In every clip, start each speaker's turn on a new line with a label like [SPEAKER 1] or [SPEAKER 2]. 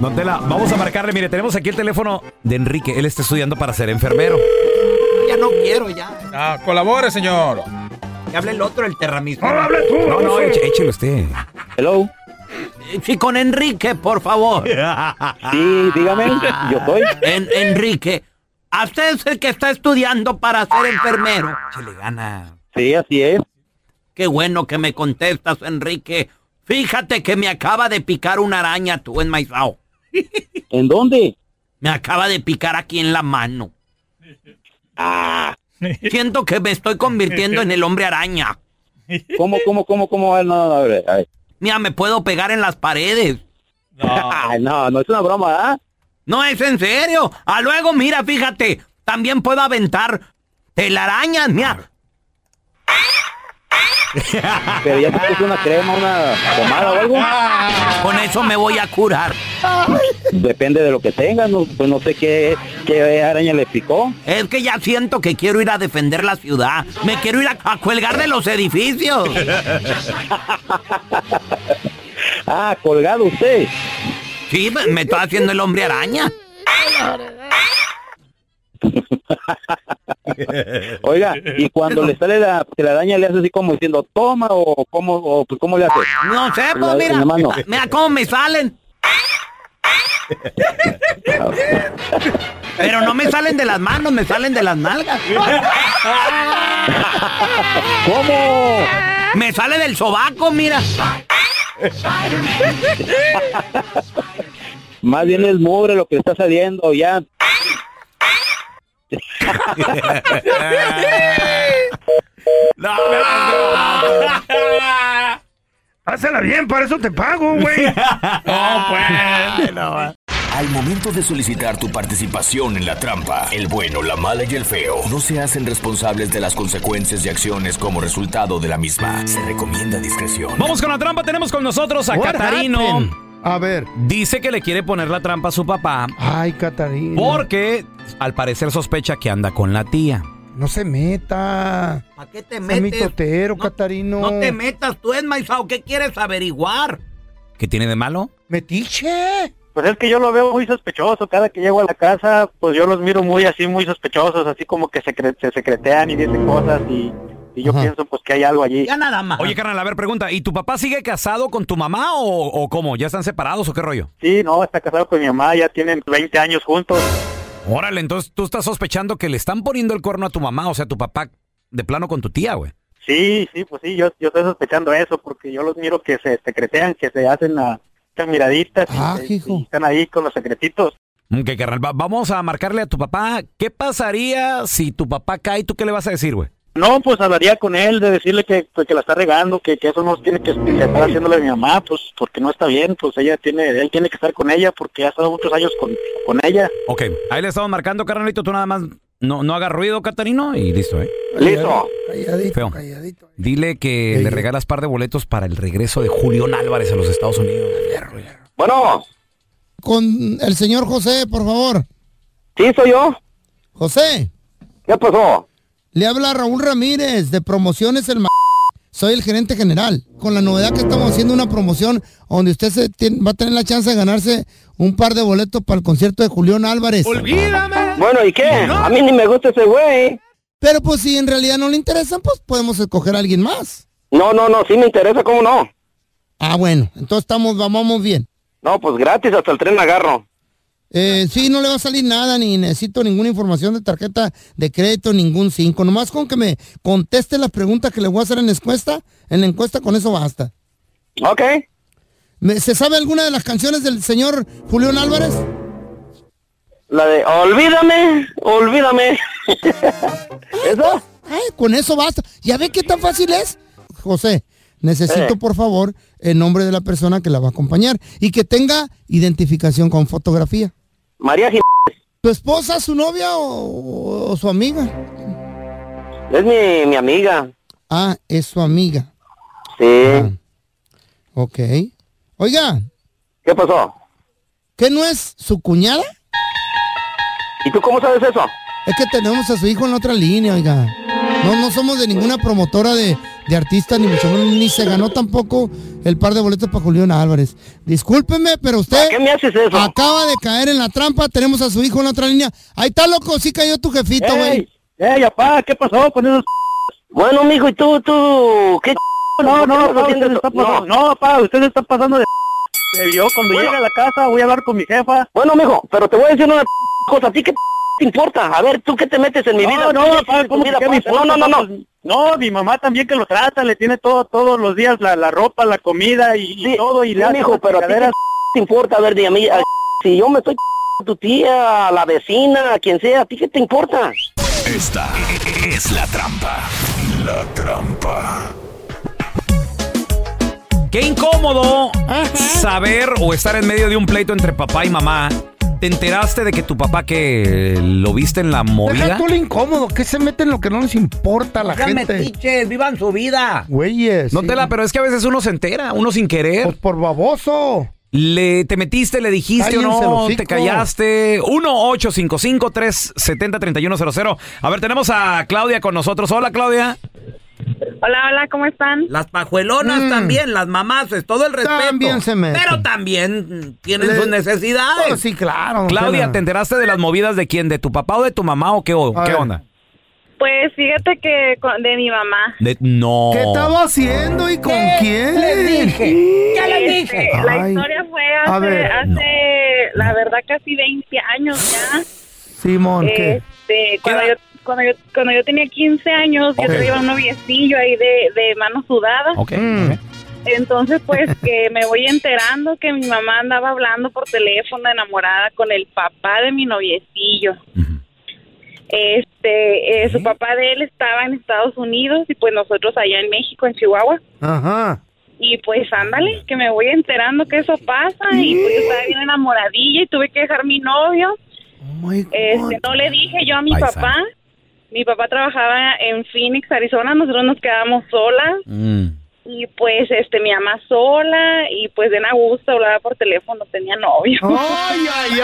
[SPEAKER 1] Don Tela, vamos a marcarle. Mire, tenemos aquí el teléfono de Enrique. Él está estudiando para ser enfermero.
[SPEAKER 2] Ya no quiero, ya.
[SPEAKER 3] Ah, colabore, señor.
[SPEAKER 2] Que hable el otro, el terramismo. eh,
[SPEAKER 1] No, no, eche- échelo usted.
[SPEAKER 4] Hello.
[SPEAKER 2] Sí, con Enrique, por favor.
[SPEAKER 4] Sí, dígame. Yo soy.
[SPEAKER 2] En- Enrique, a usted es el que está estudiando para ser enfermero. Se le gana.
[SPEAKER 4] Sí, así es.
[SPEAKER 2] Qué bueno que me contestas, Enrique. Fíjate que me acaba de picar una araña tú en Maizao.
[SPEAKER 4] ¿En dónde?
[SPEAKER 2] Me acaba de picar aquí en la mano.
[SPEAKER 4] Ah,
[SPEAKER 2] Siento que me estoy convirtiendo en el hombre araña.
[SPEAKER 4] ¿cómo, cómo, cómo, cómo? No, no, no, a ver, a ver.
[SPEAKER 2] Mira, me puedo pegar en las paredes.
[SPEAKER 4] Ah, no, no es una broma, ¿ah?
[SPEAKER 2] No es en serio. A luego, mira, fíjate. También puedo aventar telarañas, mira.
[SPEAKER 4] Pero ya te puse una crema, una pomada o algo.
[SPEAKER 2] Con eso me voy a curar.
[SPEAKER 4] Depende de lo que tengas, no, pues no sé qué, qué araña le picó.
[SPEAKER 2] Es que ya siento que quiero ir a defender la ciudad. Me quiero ir a, a cuelgar de los edificios.
[SPEAKER 4] Ah, colgado usted.
[SPEAKER 2] Sí, me, me estoy haciendo el hombre araña.
[SPEAKER 4] Oiga, y cuando le sale la, la araña le hace así como diciendo, toma o cómo, o, pues, cómo le hace.
[SPEAKER 2] No sé, pues
[SPEAKER 4] La- en
[SPEAKER 2] mira.
[SPEAKER 4] la mano.
[SPEAKER 2] Mira cómo me salen. Pero no me salen de las manos, me salen de las nalgas.
[SPEAKER 4] ¿Cómo?
[SPEAKER 2] Me sale del sobaco, mira.
[SPEAKER 4] Más bien es mugre lo que está saliendo, ya.
[SPEAKER 1] Hazla bien, para eso te pago, güey. no, pues.
[SPEAKER 5] Al momento de solicitar tu participación en la trampa, el bueno, la mala y el feo no se hacen responsables de las consecuencias y acciones como resultado de la misma. Se recomienda discreción.
[SPEAKER 1] Vamos con la trampa. Tenemos con nosotros a
[SPEAKER 6] What
[SPEAKER 1] Catarino.
[SPEAKER 6] happened? A ver.
[SPEAKER 1] Dice que le quiere poner la trampa a su papá
[SPEAKER 6] Ay, Catarina.
[SPEAKER 1] porque al parecer sospecha que anda con la tía.
[SPEAKER 6] No se meta.
[SPEAKER 2] ¿Para qué te
[SPEAKER 6] Es mi
[SPEAKER 2] metes?
[SPEAKER 6] totero,
[SPEAKER 2] No-
[SPEAKER 6] Catarino.
[SPEAKER 2] No te metas tú, Maizao, ¿qué quieres averiguar?
[SPEAKER 1] ¿Qué tiene de malo?
[SPEAKER 6] Metiche.
[SPEAKER 4] Pues es que yo lo veo muy sospechoso. Cada que llego a la casa, pues yo los miro muy así, muy sospechosos, así como que se, cre- se secretean y dicen cosas y, y yo
[SPEAKER 6] Ajá.
[SPEAKER 4] pienso pues que hay algo allí.
[SPEAKER 2] Ya nada más.
[SPEAKER 1] Oye, carnal, a ver, pregunta. ¿Y tu papá sigue casado con tu mamá o, o cómo? ¿Ya están separados o qué rollo?
[SPEAKER 4] Sí, no, está casado con mi mamá, ya tienen 20 años juntos.
[SPEAKER 1] Órale, entonces tú estás sospechando que le están poniendo el cuerno a tu mamá, o sea, tu papá de plano con tu tía, güey.
[SPEAKER 4] Sí, sí, pues sí, yo, yo estoy sospechando eso porque yo los miro que se secretean, que se hacen a estas miraditas y
[SPEAKER 6] Ah,
[SPEAKER 4] se-
[SPEAKER 6] hijo.
[SPEAKER 4] y están ahí con los secretitos.
[SPEAKER 1] Ok, carnal, va- vamos a marcarle a tu papá. ¿Qué pasaría si tu papá cae? ¿Tú qué le vas a decir, güey?
[SPEAKER 4] No, pues hablaría con él de decirle que, pues, que la está regando, que, que eso no tiene que, que estar haciéndole a mi mamá, pues porque no está bien, pues ella tiene, él tiene que estar con ella porque ha estado muchos años con, con ella.
[SPEAKER 1] Ok, ahí le estamos marcando, carnalito. Tú nada más no, no hagas ruido, Catarino, y listo, ¿eh?
[SPEAKER 4] Listo.
[SPEAKER 6] Calladito,
[SPEAKER 1] Feo. Dile que le regalas par de boletos para el regreso de Julián Álvarez a los Estados Unidos.
[SPEAKER 4] Bueno.
[SPEAKER 3] Con el señor José, por favor.
[SPEAKER 4] Sí, soy yo.
[SPEAKER 3] José.
[SPEAKER 4] ¿Qué pasó?
[SPEAKER 3] Le habla Raúl Ramírez de Promociones El M Soy el gerente general. Con la novedad que estamos haciendo una promoción donde usted se tien- va a tener la chance de ganarse un par de boletos para el concierto de Julián Álvarez.
[SPEAKER 7] Bueno, ¿y qué? A mí ni me gusta ese güey.
[SPEAKER 3] Pero pues si en realidad no le interesan, pues podemos escoger a alguien más.
[SPEAKER 7] No, no, no, sí me interesa, ¿cómo no?
[SPEAKER 3] Ah, bueno, entonces estamos, vamos bien.
[SPEAKER 7] No, pues gratis, hasta el tren agarro.
[SPEAKER 3] Eh, sí, no le va a salir nada, ni necesito ninguna información de tarjeta de crédito, ningún 5. Nomás con que me conteste las preguntas que le voy a hacer en la encuesta, en la encuesta con eso basta.
[SPEAKER 7] Ok.
[SPEAKER 3] Me- ¿Se sabe alguna de las canciones del señor Julián Álvarez?
[SPEAKER 7] La de, olvídame, olvídame.
[SPEAKER 3] ¿Eso? Eh, con eso basta. ¿Ya ve qué tan fácil es? José, necesito
[SPEAKER 7] Eh.
[SPEAKER 3] por favor el nombre de la persona que la va a acompañar y que tenga identificación con fotografía.
[SPEAKER 7] María Jim-
[SPEAKER 3] ¿Tu esposa, su novia o- o su amiga?
[SPEAKER 7] es mi, mi amiga.
[SPEAKER 3] Ah, es su amiga.
[SPEAKER 7] Sí.
[SPEAKER 3] Ah, Ok. Oiga,
[SPEAKER 7] ¿Qué pasó?
[SPEAKER 3] ¿qué no es su cuñada?
[SPEAKER 7] ¿Y tú cómo sabes eso?
[SPEAKER 3] Es que tenemos a su hijo en la otra línea, oiga. No, no somos de ninguna promotora de, de artistas, ni mucho menos, ni se ganó tampoco el par de boletos para Julián Álvarez. Discúlpeme, pero usted acaba de caer en la trampa, tenemos a su hijo en la otra línea. Ahí está, loco, sí cayó tu jefito, güey.
[SPEAKER 4] ¡Ey, papá! ¿Qué pasó con esos
[SPEAKER 7] Bueno, mijo, ¿y tú, tú? ¿Qué
[SPEAKER 4] No, no,
[SPEAKER 7] ¿Por qué no
[SPEAKER 4] no, usted se
[SPEAKER 7] atiendes
[SPEAKER 4] está
[SPEAKER 7] tú? No.
[SPEAKER 4] pasando. No, papá, usted se está pasando de. Eh, Yo cuando llegue a la casa voy a hablar con mi jefa.
[SPEAKER 7] Bueno, mijo, pero te voy a decir una cosa, ¿a ti qué te importa? A ver, ¿tú qué te metes en mi
[SPEAKER 4] no,
[SPEAKER 7] vida?
[SPEAKER 4] No,
[SPEAKER 7] ¿Qué
[SPEAKER 4] papá,
[SPEAKER 7] haces en tu
[SPEAKER 4] ¿cómo que
[SPEAKER 7] vida,
[SPEAKER 4] qué me
[SPEAKER 7] aparte? no, no, no,
[SPEAKER 4] importa,
[SPEAKER 7] no.
[SPEAKER 4] papá? No, mi mamá también que lo trata, le tiene todo, todos los días la, la ropa, la comida y, y todo. Y
[SPEAKER 7] Sí,
[SPEAKER 4] le hace
[SPEAKER 7] mijo,
[SPEAKER 4] las
[SPEAKER 7] pero a ti qué
[SPEAKER 4] chingaderas.
[SPEAKER 7] te importa, a ver, di a mí, a- si yo me estoy a tu tía, a la vecina, a quien sea, ¿a ti qué te importa?
[SPEAKER 5] Esta es la trampa. La trampa.
[SPEAKER 1] Qué incómodo saber o estar en medio de un pleito entre papá y mamá. ¿Te enteraste de que tu papá que lo viste en la
[SPEAKER 6] Deja
[SPEAKER 1] movida?
[SPEAKER 6] tú lo incómodo, que se meten lo que no les importa a la
[SPEAKER 1] Oigan,
[SPEAKER 6] gente.
[SPEAKER 1] metiches, vivan su vida.
[SPEAKER 6] Güeyes.
[SPEAKER 1] No te la, pero es que a veces uno se entera, uno sin querer. Pues
[SPEAKER 6] por baboso.
[SPEAKER 1] Le, te metiste, le dijiste o
[SPEAKER 6] Cállense el
[SPEAKER 1] no,
[SPEAKER 6] hocico.
[SPEAKER 1] te callaste. 1-855-370-3100. A ver, tenemos a Claudia con nosotros. Hola, Claudia.
[SPEAKER 8] Hola, hola, ¿cómo están?
[SPEAKER 2] Las pajuelonas también, las mamás, es todo el respeto.
[SPEAKER 1] También se meten.
[SPEAKER 2] Pero también mm, tienen
[SPEAKER 1] Le-
[SPEAKER 2] sus necesidades.
[SPEAKER 1] Oh,
[SPEAKER 6] sí, claro.
[SPEAKER 1] Claudia, ¿te enteraste de las movidas de quién? ¿De tu papá o de tu mamá o qué, o- qué onda?
[SPEAKER 8] Pues fíjate que con- de mi mamá.
[SPEAKER 1] De- no.
[SPEAKER 6] Oh.
[SPEAKER 8] ¿Qué estaba haciendo y con ¿Qué quién? les dije?
[SPEAKER 6] ¿Qué
[SPEAKER 8] Este,
[SPEAKER 6] les dije?
[SPEAKER 8] La
[SPEAKER 6] Ay.
[SPEAKER 8] historia fue hace,
[SPEAKER 6] A ver,
[SPEAKER 8] hace la verdad, casi 20 años ya.
[SPEAKER 6] Simón, ¿qué?
[SPEAKER 8] Este, cuando, yo, cuando, yo, cuando yo tenía 15 años,
[SPEAKER 6] Ok.
[SPEAKER 8] yo traía un noviecillo ahí de, de mano sudada. Mm. Entonces, pues que me voy enterando que mi mamá andaba hablando por teléfono enamorada con el papá de mi noviecillo. Este, eh, su papá de él estaba en Estados Unidos y pues nosotros allá en México, en Chihuahua.
[SPEAKER 6] Ajá.
[SPEAKER 8] Y pues ándale, que me voy enterando que eso pasa y pues yo estaba bien enamoradilla y tuve que dejar mi novio. Este, no le dije yo a mi
[SPEAKER 9] Paisano.
[SPEAKER 8] papá. Mi papá trabajaba en Phoenix, Arizona, nosotros nos quedamos solas y pues este mi mamá sola y pues de a gusto hablaba por teléfono, tenía novio.
[SPEAKER 6] ¡Ay, ay,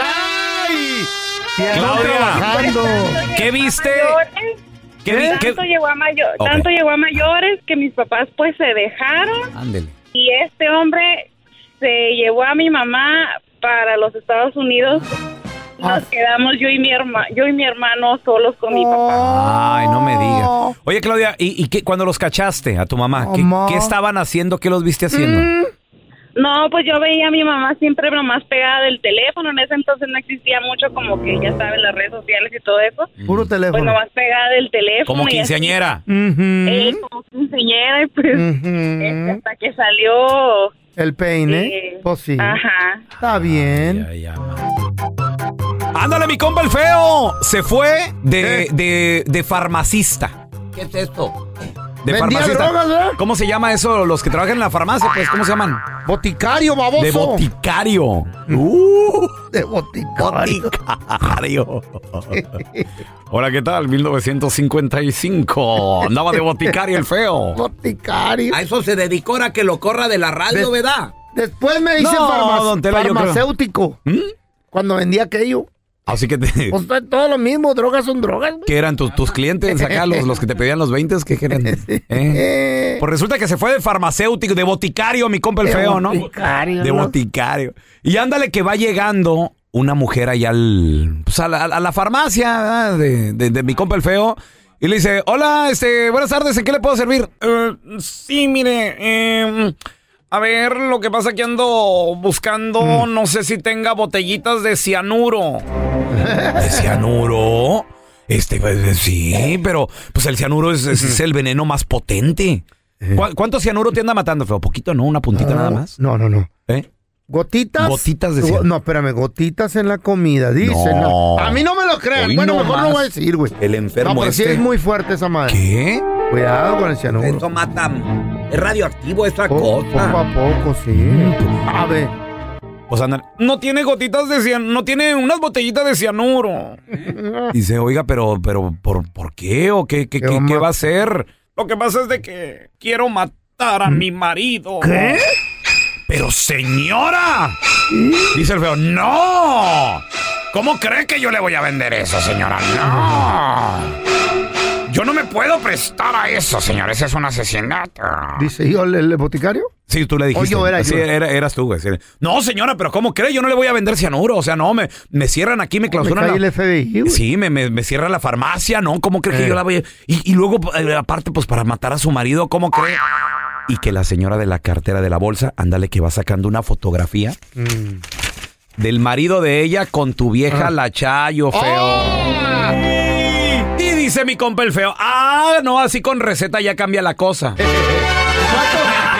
[SPEAKER 6] ay!
[SPEAKER 1] Oh, Claudia, ¿qué viste? ¿Qué vi- qué-
[SPEAKER 8] Tanto, llegó a mayo-
[SPEAKER 1] Ok.
[SPEAKER 8] tanto llegó a mayores que mis papás pues se dejaron
[SPEAKER 1] Ándele.
[SPEAKER 8] y este hombre se llevó a mi mamá para los Estados Unidos.
[SPEAKER 1] Ah.
[SPEAKER 8] Nos quedamos yo y mi herma, yo y mi hermano solos con mi
[SPEAKER 1] Ah.
[SPEAKER 8] papá.
[SPEAKER 1] Ay, no me digas. Oye, Claudia, ¿y, y qué, cuando los cachaste a tu mamá? ¿qué,
[SPEAKER 8] Mamá.
[SPEAKER 1] qué estaban haciendo? ¿Qué los viste haciendo?
[SPEAKER 8] No, pues yo veía a mi mamá siempre nomás pegada del teléfono. En ese entonces no existía mucho como que ya saben las redes sociales y todo eso.
[SPEAKER 6] Puro teléfono.
[SPEAKER 8] Pues nomás pegada del teléfono.
[SPEAKER 1] Mm. Como
[SPEAKER 8] y así.
[SPEAKER 1] quinceañera.
[SPEAKER 8] Eh, como quinceañera y pues este, hasta que salió.
[SPEAKER 6] El peine.
[SPEAKER 8] eh,
[SPEAKER 6] pues sí.
[SPEAKER 8] Ajá.
[SPEAKER 6] Está bien.
[SPEAKER 1] Ándale, mi compa el feo. Se fue de, de, de farmacista.
[SPEAKER 2] ¿Qué es esto?
[SPEAKER 1] De
[SPEAKER 2] Vendía
[SPEAKER 1] farmacista.
[SPEAKER 2] drogas,
[SPEAKER 1] ¿Cómo se llama eso? Los que trabajan en la farmacia, pues, ¿cómo se llaman?
[SPEAKER 6] Boticario, baboso. Uh,
[SPEAKER 1] De boticario.
[SPEAKER 6] De boticario.
[SPEAKER 1] boticario. Hola, ¿qué tal? 1955. Andaba de boticario el feo.
[SPEAKER 6] Boticario.
[SPEAKER 2] A eso se dedicó ahora que lo corra de la radio,
[SPEAKER 6] Des-
[SPEAKER 2] ¿verdad?
[SPEAKER 6] Después Pues me dice
[SPEAKER 1] No,
[SPEAKER 6] farmac-
[SPEAKER 1] don Tela, yo creo. ¿Mm?
[SPEAKER 6] farmacéutico. Cuando vendía aquello.
[SPEAKER 1] Así que te,
[SPEAKER 6] Pues es todo lo mismo, drogas son drogas. güey.
[SPEAKER 1] ¿Qué eran tus, tus clientes acá, los, los que te pedían los 20? ¿Qué eran? ¿Eh? Pues resulta que se fue de farmacéutico, de boticario, mi compa el
[SPEAKER 6] De
[SPEAKER 1] feo, ¿no?
[SPEAKER 6] boticario,
[SPEAKER 1] De
[SPEAKER 6] ¿no?
[SPEAKER 1] boticario. Y ándale que va llegando una mujer allá al, pues a, la, a la farmacia ¿verdad? de, de- de mi compa el feo. Y le dice, hola, este, buenas tardes, ¿en qué le puedo servir? Eh, sí, mire, em, a ver, lo que pasa que ando buscando, no sé si tenga botellitas de cianuro. ¿De cianuro? Este, pues, eh, sí, pero pues el cianuro es, es- es el veneno más potente.
[SPEAKER 6] Eh.
[SPEAKER 1] ¿Cu- ¿Cuánto cianuro te anda matando, feo? ¿Poquito, no? ¿Una puntita nada más?
[SPEAKER 6] Ah, No, no, no.
[SPEAKER 1] ¿Eh?
[SPEAKER 6] Gotitas.
[SPEAKER 1] Gotitas de
[SPEAKER 6] Go-
[SPEAKER 1] cianuro.
[SPEAKER 6] No, espérame, gotitas en la comida, dicen.
[SPEAKER 1] No.
[SPEAKER 6] No. A mí no me lo crean.
[SPEAKER 1] Hoy
[SPEAKER 6] bueno,
[SPEAKER 1] no
[SPEAKER 6] mejor
[SPEAKER 1] más.
[SPEAKER 6] no voy a decir, güey.
[SPEAKER 1] El enfermo
[SPEAKER 6] No, pero sí
[SPEAKER 1] este.
[SPEAKER 6] es muy fuerte esa madre.
[SPEAKER 1] ¿Qué?
[SPEAKER 6] Cuidado con el cianuro.
[SPEAKER 2] Eso mata. Es radioactivo esa
[SPEAKER 6] Po-
[SPEAKER 2] cosa.
[SPEAKER 6] Poco a poco, sí. A ver.
[SPEAKER 1] O sea, andan- no tiene gotitas de cianuro, no tiene unas botellitas de cianuro. Dice, oiga, pero, pero, ¿por, por qué? ¿O qué, qué, qué, qué va a hacer? Lo que pasa es de que quiero matar a mi marido. Mm. ¿Qué? Pero señora, dice el feo, no. ¿Cómo cree que yo le voy a vender eso, señora? No. Yo no me puedo prestar a eso, señora. Ese es un asesinato.
[SPEAKER 6] Dice yo, el, el boticario.
[SPEAKER 1] Sí, tú le dijiste.
[SPEAKER 6] O yo era
[SPEAKER 1] Sí,
[SPEAKER 6] yo.
[SPEAKER 1] era- eras tú, güey. Sí. No, señora, pero ¿cómo cree? Yo no le voy a vender cianuro. O sea, no, me, me cierran aquí, me clausuran.
[SPEAKER 6] cae
[SPEAKER 1] la-
[SPEAKER 6] el FBI, güey.
[SPEAKER 1] sí, me, me, me cierra la farmacia, ¿no? ¿Cómo cree
[SPEAKER 6] Eh.
[SPEAKER 1] que yo la voy a.? Y, y luego, eh, aparte, pues para matar a su marido, ¿cómo cree? Y que la señora de la cartera de la bolsa, ándale, que va sacando una fotografía Mm. del marido de ella con tu vieja, la Chayo, feo.
[SPEAKER 4] Oh.
[SPEAKER 1] Y dice mi compa el feo, ah, no, así con receta ya cambia la cosa.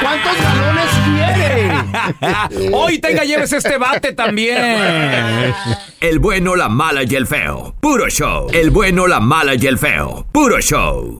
[SPEAKER 6] ¿Cuántos galones quiere?
[SPEAKER 1] Hoy tenga, lleves este bate también.
[SPEAKER 9] El bueno, la mala y el feo. Puro show. El bueno, la mala y el feo. Puro show.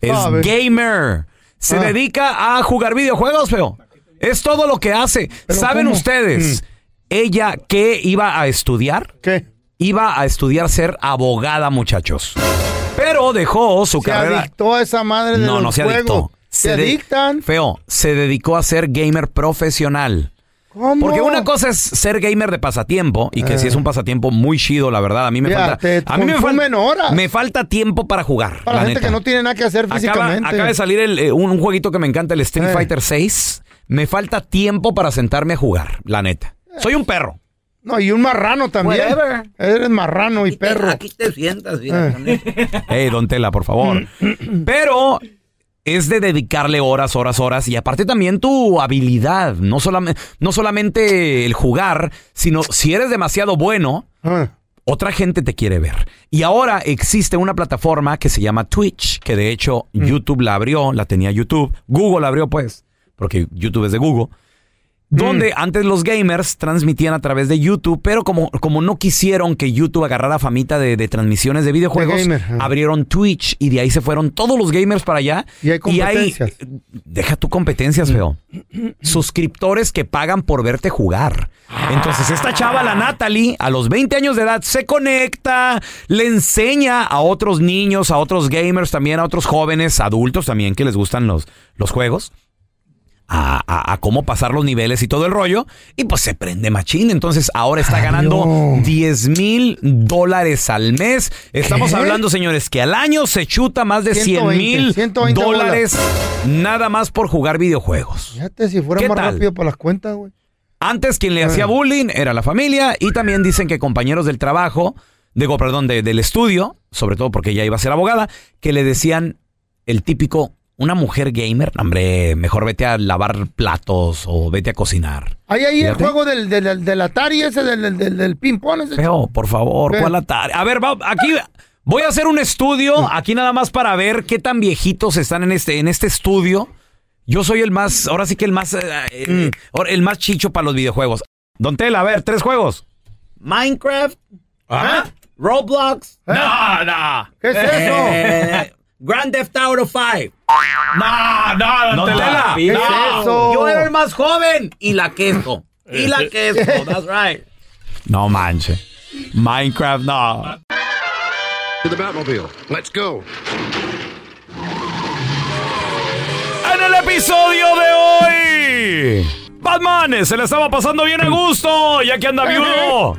[SPEAKER 1] Es
[SPEAKER 2] Sabe.
[SPEAKER 1] gamer. Se
[SPEAKER 2] Ah.
[SPEAKER 1] dedica a jugar videojuegos, feo. Es todo lo que hace. ¿Saben
[SPEAKER 2] cómo?
[SPEAKER 1] ustedes? Ella qué iba a estudiar?
[SPEAKER 6] Mm. ¿Qué?
[SPEAKER 1] Iba a estudiar ser abogada, muchachos. Pero dejó su
[SPEAKER 6] Se
[SPEAKER 1] carrera.
[SPEAKER 6] adictó a esa madre de
[SPEAKER 1] No,
[SPEAKER 6] los
[SPEAKER 1] no se
[SPEAKER 6] juegos.
[SPEAKER 1] adictó.
[SPEAKER 6] Se
[SPEAKER 1] de-
[SPEAKER 6] adicta.
[SPEAKER 1] Feo, se dedicó a ser gamer profesional.
[SPEAKER 6] ¿Cómo?
[SPEAKER 1] Porque una cosa es ser gamer de pasatiempo y que
[SPEAKER 6] Eh.
[SPEAKER 1] si es un pasatiempo muy chido, la verdad. A mí me
[SPEAKER 6] Mira,
[SPEAKER 1] falta.
[SPEAKER 6] te
[SPEAKER 1] A mí me
[SPEAKER 6] consumen horas.
[SPEAKER 1] Me falta tiempo para jugar.
[SPEAKER 6] Para
[SPEAKER 1] la
[SPEAKER 6] gente
[SPEAKER 1] neta.
[SPEAKER 6] que no tiene nada que hacer
[SPEAKER 1] Acaba,
[SPEAKER 6] físicamente.
[SPEAKER 1] acaba de salir el, eh, un, un jueguito que me encanta, el Street Fighter 6. Me falta tiempo para sentarme a jugar, la neta. Soy un perro.
[SPEAKER 6] No, y un marrano también.
[SPEAKER 2] Whatever.
[SPEAKER 6] Eres marrano y perro. Eh.
[SPEAKER 2] Aquí te sientas, mira, con eso.
[SPEAKER 1] Ey, don Tela, por favor. Pero es de dedicarle horas, horas, horas. Y aparte también tu habilidad. No, solamente no solamente el jugar, sino si eres demasiado bueno, Otra gente te quiere ver. Y ahora existe una plataforma que se llama Twitch, que de hecho YouTube la abrió, la tenía YouTube. Google la abrió, pues, porque YouTube es de Google
[SPEAKER 6] Mm.
[SPEAKER 1] donde antes los gamers transmitían a través de YouTube, pero como, como no quisieron que YouTube agarrara famita de, de transmisiones de videojuegos,
[SPEAKER 6] gamer, ajá.
[SPEAKER 1] abrieron Twitch y de ahí se fueron todos los gamers para allá.
[SPEAKER 6] Y hay
[SPEAKER 1] Y hay-
[SPEAKER 6] competencias. Mm.
[SPEAKER 1] deja tu competencias, feo. Suscriptores que pagan por verte jugar. Entonces, esta chava, la Natalie, a los 20 años de edad, se conecta, le enseña a otros niños, a otros gamers también, a otros jóvenes, adultos también que les gustan los, los juegos a, a- a cómo pasar los niveles y todo el rollo. Y pues se prende machín. Entonces ahora está ganando 10 mil dólares al mes. Estamos
[SPEAKER 6] ¿Qué?
[SPEAKER 1] hablando, señores, que al año se chuta más de
[SPEAKER 6] 120,
[SPEAKER 1] 100 mil
[SPEAKER 6] 120
[SPEAKER 1] dólares nada más por jugar videojuegos.
[SPEAKER 6] Fíjate si fuera
[SPEAKER 1] ¿Qué
[SPEAKER 6] más
[SPEAKER 1] tal?
[SPEAKER 6] rápido para las cuentas, güey.
[SPEAKER 1] Antes quien le hacía bullying era la familia y también dicen que compañeros del trabajo, digo, perdón, de- del estudio, sobre todo porque ella iba a ser abogada, que le decían el típico, una mujer gamer, hombre, mejor vete a lavar platos o vete a cocinar.
[SPEAKER 6] Hay ahí el
[SPEAKER 1] Fíjate.
[SPEAKER 6] juego del, del, del Atari ese, del, del, del, del ping-pong ese.
[SPEAKER 1] Feo, por favor,
[SPEAKER 6] Ve.
[SPEAKER 1] ¿cuál Atari? A ver, va- aquí voy a hacer un estudio, aquí nada más para ver qué tan viejitos están en este, en este estudio. Yo soy el más, ahora sí que el más, eh, eh, el más chicho para los videojuegos. Don Tela, a ver, tres juegos.
[SPEAKER 2] Minecraft. Roblox. No, no.
[SPEAKER 1] ¿Eh? ¿Qué es eso?
[SPEAKER 2] Eh, Grand Theft Auto 5.
[SPEAKER 1] Ah, No, no,
[SPEAKER 2] no,
[SPEAKER 1] Tela. ¿Qué es eso?
[SPEAKER 2] Yo era el más joven y la queso. Y la queso, that's right.
[SPEAKER 1] No manche. Minecraft, no.
[SPEAKER 10] To the Batmobile. Let's go.
[SPEAKER 1] En el episodio de hoy, Batman se le estaba pasando bien a gusto, ya que anda viudo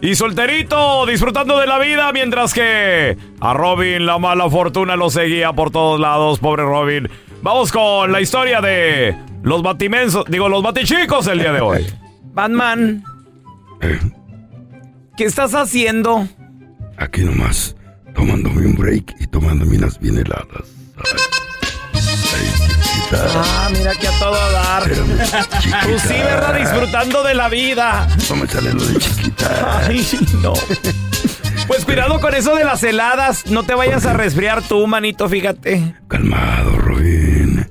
[SPEAKER 1] y solterito, disfrutando de la vida, mientras que a Robin la mala fortuna lo seguía por todos lados, pobre Robin. Vamos con la historia de los batimensos, digo, los batichicos el día de hoy. Batman,
[SPEAKER 11] Eh,
[SPEAKER 1] ¿qué estás haciendo?
[SPEAKER 11] Aquí nomás, tomándome un break y tomándome unas bien heladas.
[SPEAKER 1] Ah, mira que a todo dar. Tú sí, ¿verdad? Disfrutando de la vida.
[SPEAKER 11] No me sale lo de chiquita.
[SPEAKER 1] Ay, no. Pues cuidado con eso de las heladas. No te vayas a resfriar tú, manito, fíjate.
[SPEAKER 11] Calmado, Robin.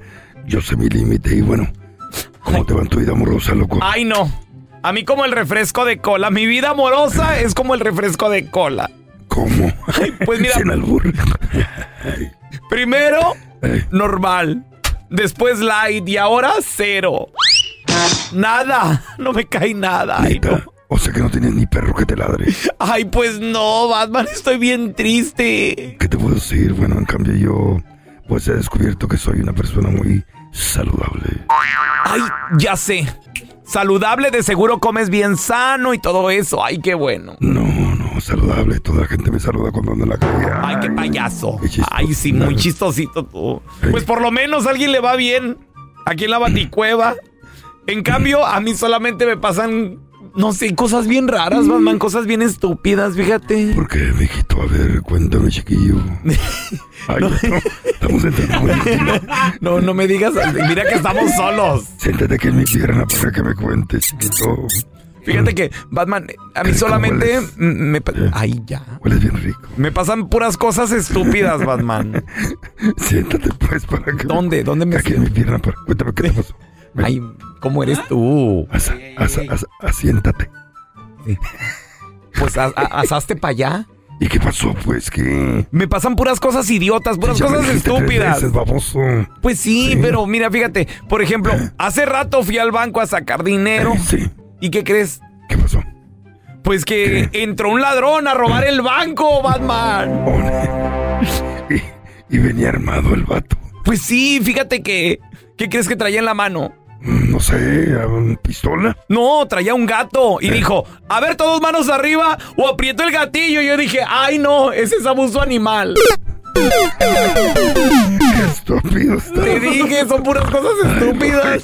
[SPEAKER 11] Yo sé mi límite y bueno, ¿cómo te va en tu vida amorosa, loco?
[SPEAKER 1] Ay, no. A mí como el refresco de cola. Mi vida amorosa es como el refresco de cola.
[SPEAKER 11] ¿Cómo?
[SPEAKER 1] Pues mira,
[SPEAKER 11] Sin albur.
[SPEAKER 1] primero normal, después light y ahora cero. Nada, no me cae nada. Ay,
[SPEAKER 11] Neta, o sea que no tienes ni perro que te ladre.
[SPEAKER 1] Ay, pues no, Batman, estoy bien triste.
[SPEAKER 11] ¿Qué te puedo decir? Bueno, en cambio yo, pues he descubierto que soy una persona muy saludable.
[SPEAKER 1] Ay, ya sé. Saludable, de seguro comes bien sano y todo eso. Ay, qué bueno.
[SPEAKER 11] No, saludable. Toda la gente me saluda cuando ando en la calle.
[SPEAKER 1] Ay, qué payaso. Ay, sí, muy chistosito tú. Pues por lo menos a alguien le va bien. Aquí en la baticueva. En cambio, a mí solamente me pasan, no sé, cosas bien raras, Batman, cosas bien estúpidas, fíjate.
[SPEAKER 11] ¿Por qué, mijito? A ver, cuéntame, chiquillo. Ay, no, estamos entrando
[SPEAKER 1] No, no me digas así. Mira que estamos solos.
[SPEAKER 11] Siéntate aquí en mi pierna para que me cuentes, chiquito.
[SPEAKER 1] Fíjate que, Batman, a mí solamente m- me... pa- Ay, ya.
[SPEAKER 11] Hueles bien rico.
[SPEAKER 1] Me pasan puras cosas estúpidas, Batman.
[SPEAKER 11] Siéntate, pues, para que...
[SPEAKER 1] ¿Dónde? ¿Dónde me
[SPEAKER 11] Aquí en mi pierna, para... cuéntame qué te pasó.
[SPEAKER 1] Ay, ¿cómo eres tú?
[SPEAKER 11] asiéntate.
[SPEAKER 1] Pues as- a- asaste para allá.
[SPEAKER 11] ¿Y qué pasó, pues? ¿Qué?
[SPEAKER 1] Me pasan puras cosas idiotas, puras
[SPEAKER 11] Ya me
[SPEAKER 1] cosas
[SPEAKER 11] dijiste tres
[SPEAKER 1] estúpidas.
[SPEAKER 11] veces, baboso.
[SPEAKER 1] Pues sí, pero mira, fíjate, por ejemplo, hace rato fui al banco a sacar dinero. ¿Y qué crees?
[SPEAKER 11] ¿Qué pasó?
[SPEAKER 1] Pues que entró un ladrón a robar el banco,
[SPEAKER 11] Oh.
[SPEAKER 1] Batman.
[SPEAKER 11] Y venía armado el vato.
[SPEAKER 1] Pues sí, fíjate que ¿qué crees que traía en la mano?
[SPEAKER 11] No sé, ¿a un pistola.
[SPEAKER 1] No, traía un gato y dijo, a ver, todos manos arriba o aprieto el gatillo. Y yo dije, ay no, ese es abuso animal. Te dije, son puras cosas estúpidas.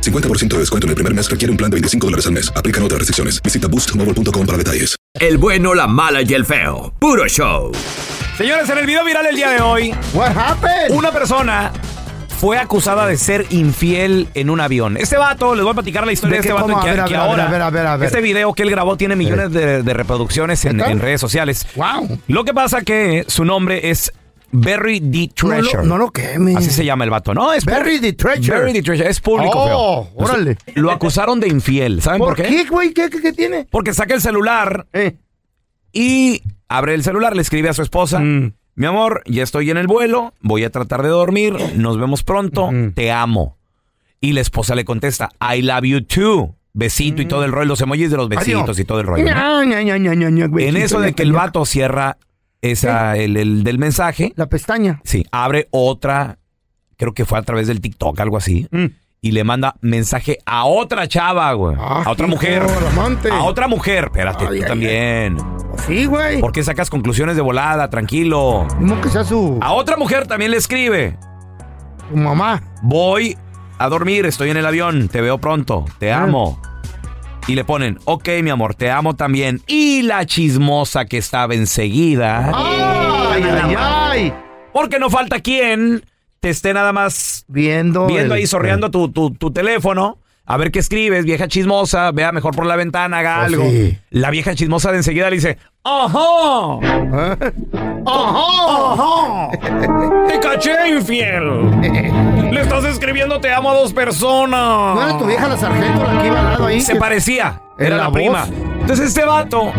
[SPEAKER 12] 50% de descuento en el primer mes requiere un plan de 25 dólares al mes. Aplican otras restricciones. Visita boostmobile.com para detalles.
[SPEAKER 9] El bueno, la mala y el feo. Puro show.
[SPEAKER 1] Señores, en el video viral el día de hoy, una persona fue acusada de ser infiel en un avión. Este vato, les voy a platicar la historia
[SPEAKER 6] ¿De qué?
[SPEAKER 1] de, este vato
[SPEAKER 6] ¿Cómo?
[SPEAKER 1] que,
[SPEAKER 6] A ver, a
[SPEAKER 1] que
[SPEAKER 6] ver, a ver,
[SPEAKER 1] ahora.
[SPEAKER 6] a ver, a ver, a ver.
[SPEAKER 1] Este video que él grabó tiene millones de, de reproducciones en, en redes sociales. ¡Wow! Lo que pasa que su nombre es Barry D. Treasure.
[SPEAKER 6] no lo queme.
[SPEAKER 1] Así se llama el vato, ¿no? Es
[SPEAKER 6] Barry D. Treasure.
[SPEAKER 1] Barry D. Treasure. Es público,
[SPEAKER 6] Oh,
[SPEAKER 1] feo.
[SPEAKER 6] órale.
[SPEAKER 1] Lo acusaron de infiel. ¿Saben por,
[SPEAKER 6] ¿Por qué, güey? ¿Qué, qué, qué tiene?
[SPEAKER 1] Porque saca el celular y abre el celular, le escribe a su esposa. Mi amor, ya estoy en el vuelo, voy a tratar de dormir, nos vemos pronto, te amo. Y la esposa le contesta, I love you too. Besito y todo el rollo, los emojis de los besitos y todo el rollo. ¿no?
[SPEAKER 6] Ña, Ña, Ña, Ña, Ña, Ña, güey.
[SPEAKER 1] En eso de que el vato cierra esa, el, el del mensaje.
[SPEAKER 6] La pestaña.
[SPEAKER 1] Sí, abre otra, creo que fue a través del TikTok, algo así.
[SPEAKER 6] Mm.
[SPEAKER 1] Y le manda mensaje a otra chava, güey. a otra
[SPEAKER 6] hijo,
[SPEAKER 1] mujer.
[SPEAKER 6] al amante.
[SPEAKER 1] A otra mujer. Espérate, tú también.
[SPEAKER 6] Sí, güey.
[SPEAKER 1] ¿Por qué sacas conclusiones de volada? Tranquilo.
[SPEAKER 6] Como que sea su,
[SPEAKER 1] A otra mujer también le escribe.
[SPEAKER 6] su mamá.
[SPEAKER 1] Voy a dormir, estoy en el avión, te veo pronto, te amo. Y le ponen, ok, mi amor, te amo también. Y la chismosa que estaba enseguida.
[SPEAKER 6] ¡Ay, ay, ay!
[SPEAKER 1] Porque no falta quien te esté nada más viendo, viendo
[SPEAKER 6] el-
[SPEAKER 1] ahí sorreando tu, tu- tu teléfono. A ver qué escribes, vieja chismosa, vea mejor por la ventana, haga algo. La vieja chismosa de enseguida le dice, ¡Ojo!
[SPEAKER 6] ¡Ojo!
[SPEAKER 1] ¡Te caché, infiel! Le estás escribiendo te amo a dos personas.
[SPEAKER 6] ¿No era tu vieja la sargento la que iba al lado ahí?
[SPEAKER 1] Se
[SPEAKER 6] Que-
[SPEAKER 1] parecía.
[SPEAKER 6] ¿En
[SPEAKER 1] Era
[SPEAKER 6] la
[SPEAKER 1] la,
[SPEAKER 6] voz? Mm.
[SPEAKER 1] prima. Entonces este vato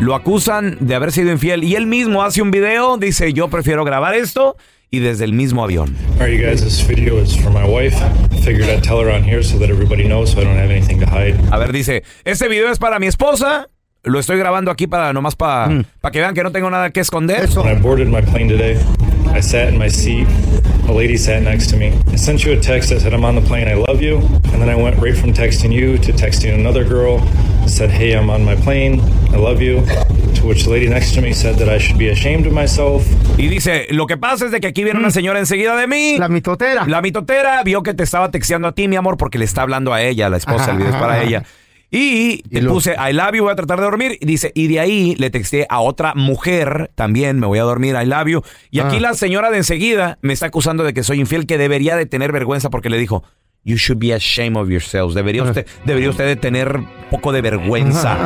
[SPEAKER 1] lo acusan de haber sido infiel y él mismo hace un video, dice yo prefiero grabar esto y desde el mismo avión.
[SPEAKER 13] All right, you guys, this video is for my wife. I figured I'd tell her on here so that everybody knows so I don't have anything to hide.
[SPEAKER 1] A ver, dice, este video es para mi esposa, lo estoy grabando aquí para nomás para
[SPEAKER 6] Mm.
[SPEAKER 1] que vean que no tengo nada que esconder.
[SPEAKER 13] When I boarded my plane today, I sat in my seat. A lady sat next to me. I sent you a text that said, I'm on the plane, I love you. And then I went right from texting you to texting another girl. Said, Hey, I'm on my plane, I love you. To which the lady next to me said that I should be ashamed of myself.
[SPEAKER 1] Y dice, lo que pasa es de que aquí viene
[SPEAKER 6] Mm.
[SPEAKER 1] una señora enseguida de mí. La mitotera. La mitotera vio que te estaba texteando a ti, mi amor, porque le está hablando a ella, la esposa,
[SPEAKER 6] Ajá,
[SPEAKER 1] el video es para
[SPEAKER 6] ajá.
[SPEAKER 1] ella. Y te puse, I love you, voy a tratar de dormir. Y dice, y de ahí le texté a otra mujer también, me voy a dormir, I love you. Y aquí
[SPEAKER 6] Ah.
[SPEAKER 1] la señora de enseguida me está acusando de que soy infiel, que debería de tener vergüenza porque le dijo, you should be ashamed of yourselves.
[SPEAKER 6] Ah.
[SPEAKER 1] Debería usted, debería usted de tener un poco de vergüenza.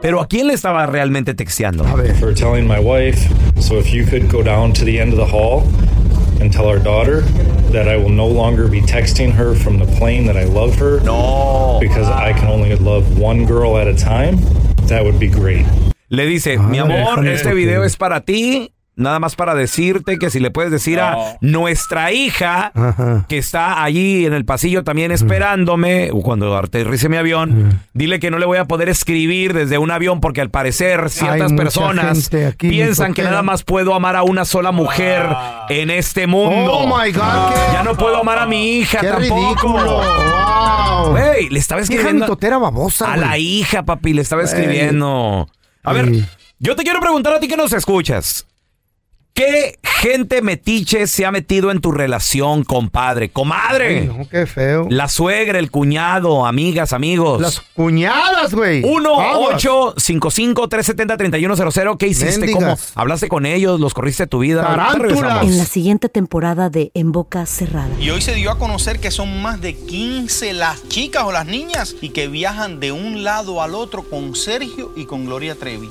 [SPEAKER 1] Pero ¿a quién le estaba realmente texteando?
[SPEAKER 13] For telling my wife, so if you could go down to the end of the hall and tell our daughter that I will no longer be texting her from the plane that I love her.
[SPEAKER 1] No.
[SPEAKER 13] Because I can only love one girl at a time, that would be great.
[SPEAKER 1] Le dice, mi amor,
[SPEAKER 13] déjame
[SPEAKER 1] este
[SPEAKER 13] porque-
[SPEAKER 1] video es para ti. Nada más para decirte que si le puedes decir a nuestra hija que está allí en el pasillo también esperándome, o cuando aterrice mi avión, dile que no le voy a poder escribir desde un avión porque al parecer ciertas
[SPEAKER 6] mucha
[SPEAKER 1] personas
[SPEAKER 6] gente aquí,
[SPEAKER 1] piensan
[SPEAKER 6] mi
[SPEAKER 1] que
[SPEAKER 6] toquera.
[SPEAKER 1] nada más puedo amar a una sola mujer en este mundo.
[SPEAKER 6] Oh, my God, qué-
[SPEAKER 1] Ya no puedo amar a mi hija
[SPEAKER 6] ¡Qué
[SPEAKER 1] tampoco.
[SPEAKER 6] ridículo! ¡Wow!
[SPEAKER 1] Güey, le estaba
[SPEAKER 6] Vieja
[SPEAKER 1] escribiendo
[SPEAKER 6] mitotera babosa,
[SPEAKER 1] a
[SPEAKER 6] güey.
[SPEAKER 1] la hija, papi, le estaba
[SPEAKER 6] Güey.
[SPEAKER 1] escribiendo. A ver, yo te quiero preguntar a ti que nos escuchas. ¿Qué gente metiche se ha metido en tu relación, compadre,
[SPEAKER 6] Ay,
[SPEAKER 1] comadre?
[SPEAKER 6] no, qué feo.
[SPEAKER 1] La suegra, el cuñado, amigas, amigos.
[SPEAKER 6] Las cuñadas, güey.
[SPEAKER 1] 1-855-370-3100. ¿Qué hiciste?
[SPEAKER 6] Mendigas.
[SPEAKER 1] ¿Cómo? ¿Hablaste con ellos? ¿Los corriste de tu vida? Ahorita regresamos.
[SPEAKER 14] En la siguiente temporada de En Boca Cerrada.
[SPEAKER 15] Y hoy se dio a conocer que son más de 15 las chicas o las niñas y que viajan de un lado al otro con Sergio y con Gloria Trevi.